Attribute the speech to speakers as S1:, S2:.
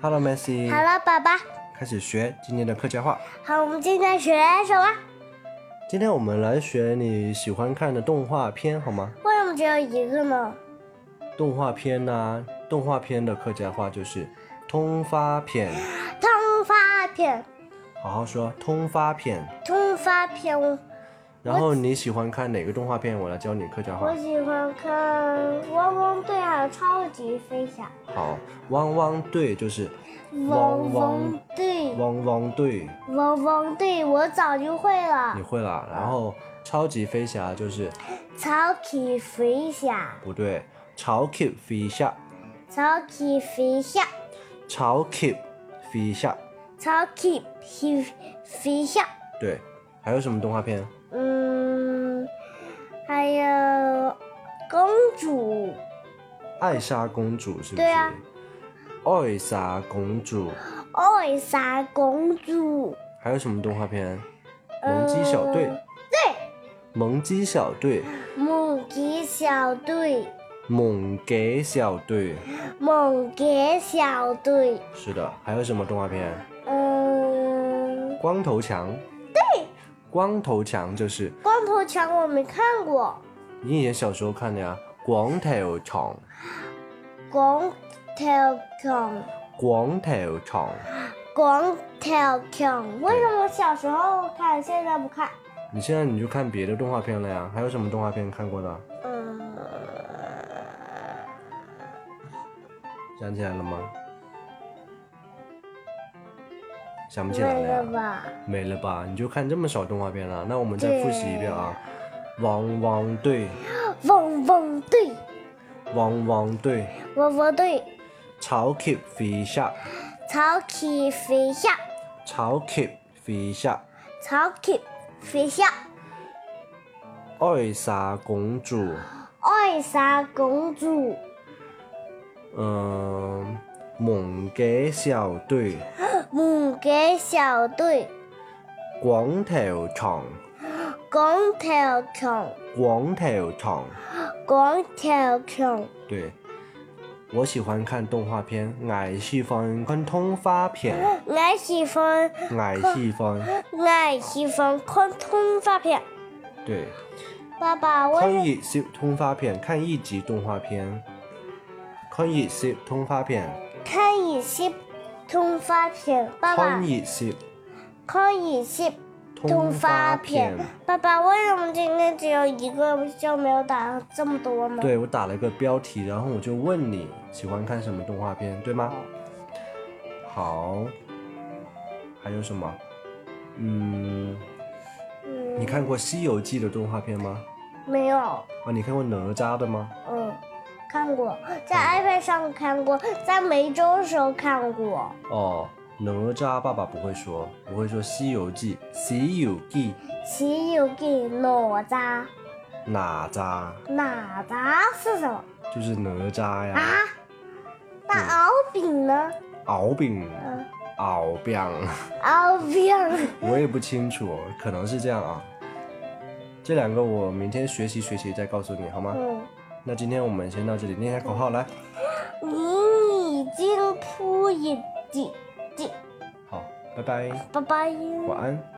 S1: Hello, Messi。
S2: 好了，宝宝，
S1: 开始学今天的客家话。
S2: 好，我们今天学什么？
S1: 今天我们来学你喜欢看的动画片，好吗？
S2: 为什么只有一个呢？
S1: 动画片呐、啊动画片的客家话就是通发片，
S2: 通发片，
S1: 好好说通发片。
S2: 通发片。
S1: 然后你喜欢看哪个动画片？我来教你客家话
S2: 我。喜欢看《汪汪队》还有《超级飞侠
S1: 好，汪汪队就是》。
S2: 汪汪队，
S1: 汪汪队，
S2: 汪汪队，我早就会
S1: 你
S2: 了。
S1: 会啦。然后超级飞侠就是
S2: 超级飞侠，
S1: 不对，超级飞侠，
S2: 超级飞侠，
S1: 超级飞侠，
S2: 超级飞飞侠。
S1: 对。还有什么动画片？
S2: 嗯，还有公主，
S1: 艾莎公主是不是？
S2: 对啊。
S1: 艾莎公主，
S2: 艾莎公主，
S1: 还有什么动画片？
S2: 呃
S1: 萌鸡小队，
S2: 对，
S1: 萌鸡小队，
S2: 母鸡小队，
S1: 猛给小队。
S2: 猛给小队，
S1: 是的，还有什么动画片？
S2: 嗯，
S1: 光头强。对。光头强就是
S2: 光头强我没看过，
S1: 你以前小时候看的呀，光头强，
S2: 光头强，
S1: 光头强。
S2: 光头强，为什么我小时候看，现在不看？
S1: 你现在你就看别的动画片了呀？还有什么动画片看过的？
S2: 嗯，
S1: 想起来了吗？想不起来
S2: 没
S1: 了
S2: 嗯了
S1: 呀？
S2: 吧？
S1: 没了吧？你就看这么少动画片了？那我们再
S2: 对
S1: 复习一遍啊！汪汪队，
S2: 汪汪队，
S1: 汪汪队，
S2: 汪汪队，
S1: 超级飞侠，
S2: 超级飞侠，
S1: 超级飞侠，
S2: 超级飞侠，
S1: 艾莎公主，
S2: 艾莎公主。
S1: 嗯，猛给小队，
S2: 母鸡小队，
S1: 光头强，
S2: 光头强，
S1: 光头强。
S2: 光头强，
S1: 对，我喜欢看动画片，我喜欢看动画片，
S2: 我喜欢，
S1: 我喜欢。
S2: 我喜欢看动画片。
S1: 对，
S2: 爸爸，我
S1: 看
S2: 也
S1: 一集动画片，看一集动画片，看一集动画片，
S2: 看一些动画片。爸爸
S1: 看，一集
S2: 看一些
S1: 动画片。。
S2: 爸爸，为什么今天只有一个就没有打这么多呢？
S1: 对，我打了一个标题，然后我就问你喜欢看什么动画片，对吗？好，还有什么？嗯，
S2: 嗯，
S1: 你看过《西游记》的动画片吗？
S2: 没有，
S1: 啊，你看过哪吒的吗？
S2: 嗯，看过，在 iPad 上看过，在梅州的时候看过。
S1: 哦，哪吒爸爸不会说，我会说《西游记》，《西游记》
S2: 《西游记》哪吒，
S1: 哪吒
S2: 哪吒是什么
S1: 就是哪嗯吒
S2: 啊
S1: 呀，？
S2: 那敖丙呢？
S1: 敖丙，敖丙，
S2: 敖丙，
S1: 我也不清楚，可能是这样啊。这两个我明天学习学习再告诉你好吗？
S2: 嗯，
S1: 那今天我们先到这里，念一下口号来。
S2: 你已经扑眼睛，睛
S1: 好，拜拜，
S2: 拜拜。
S1: 晚安。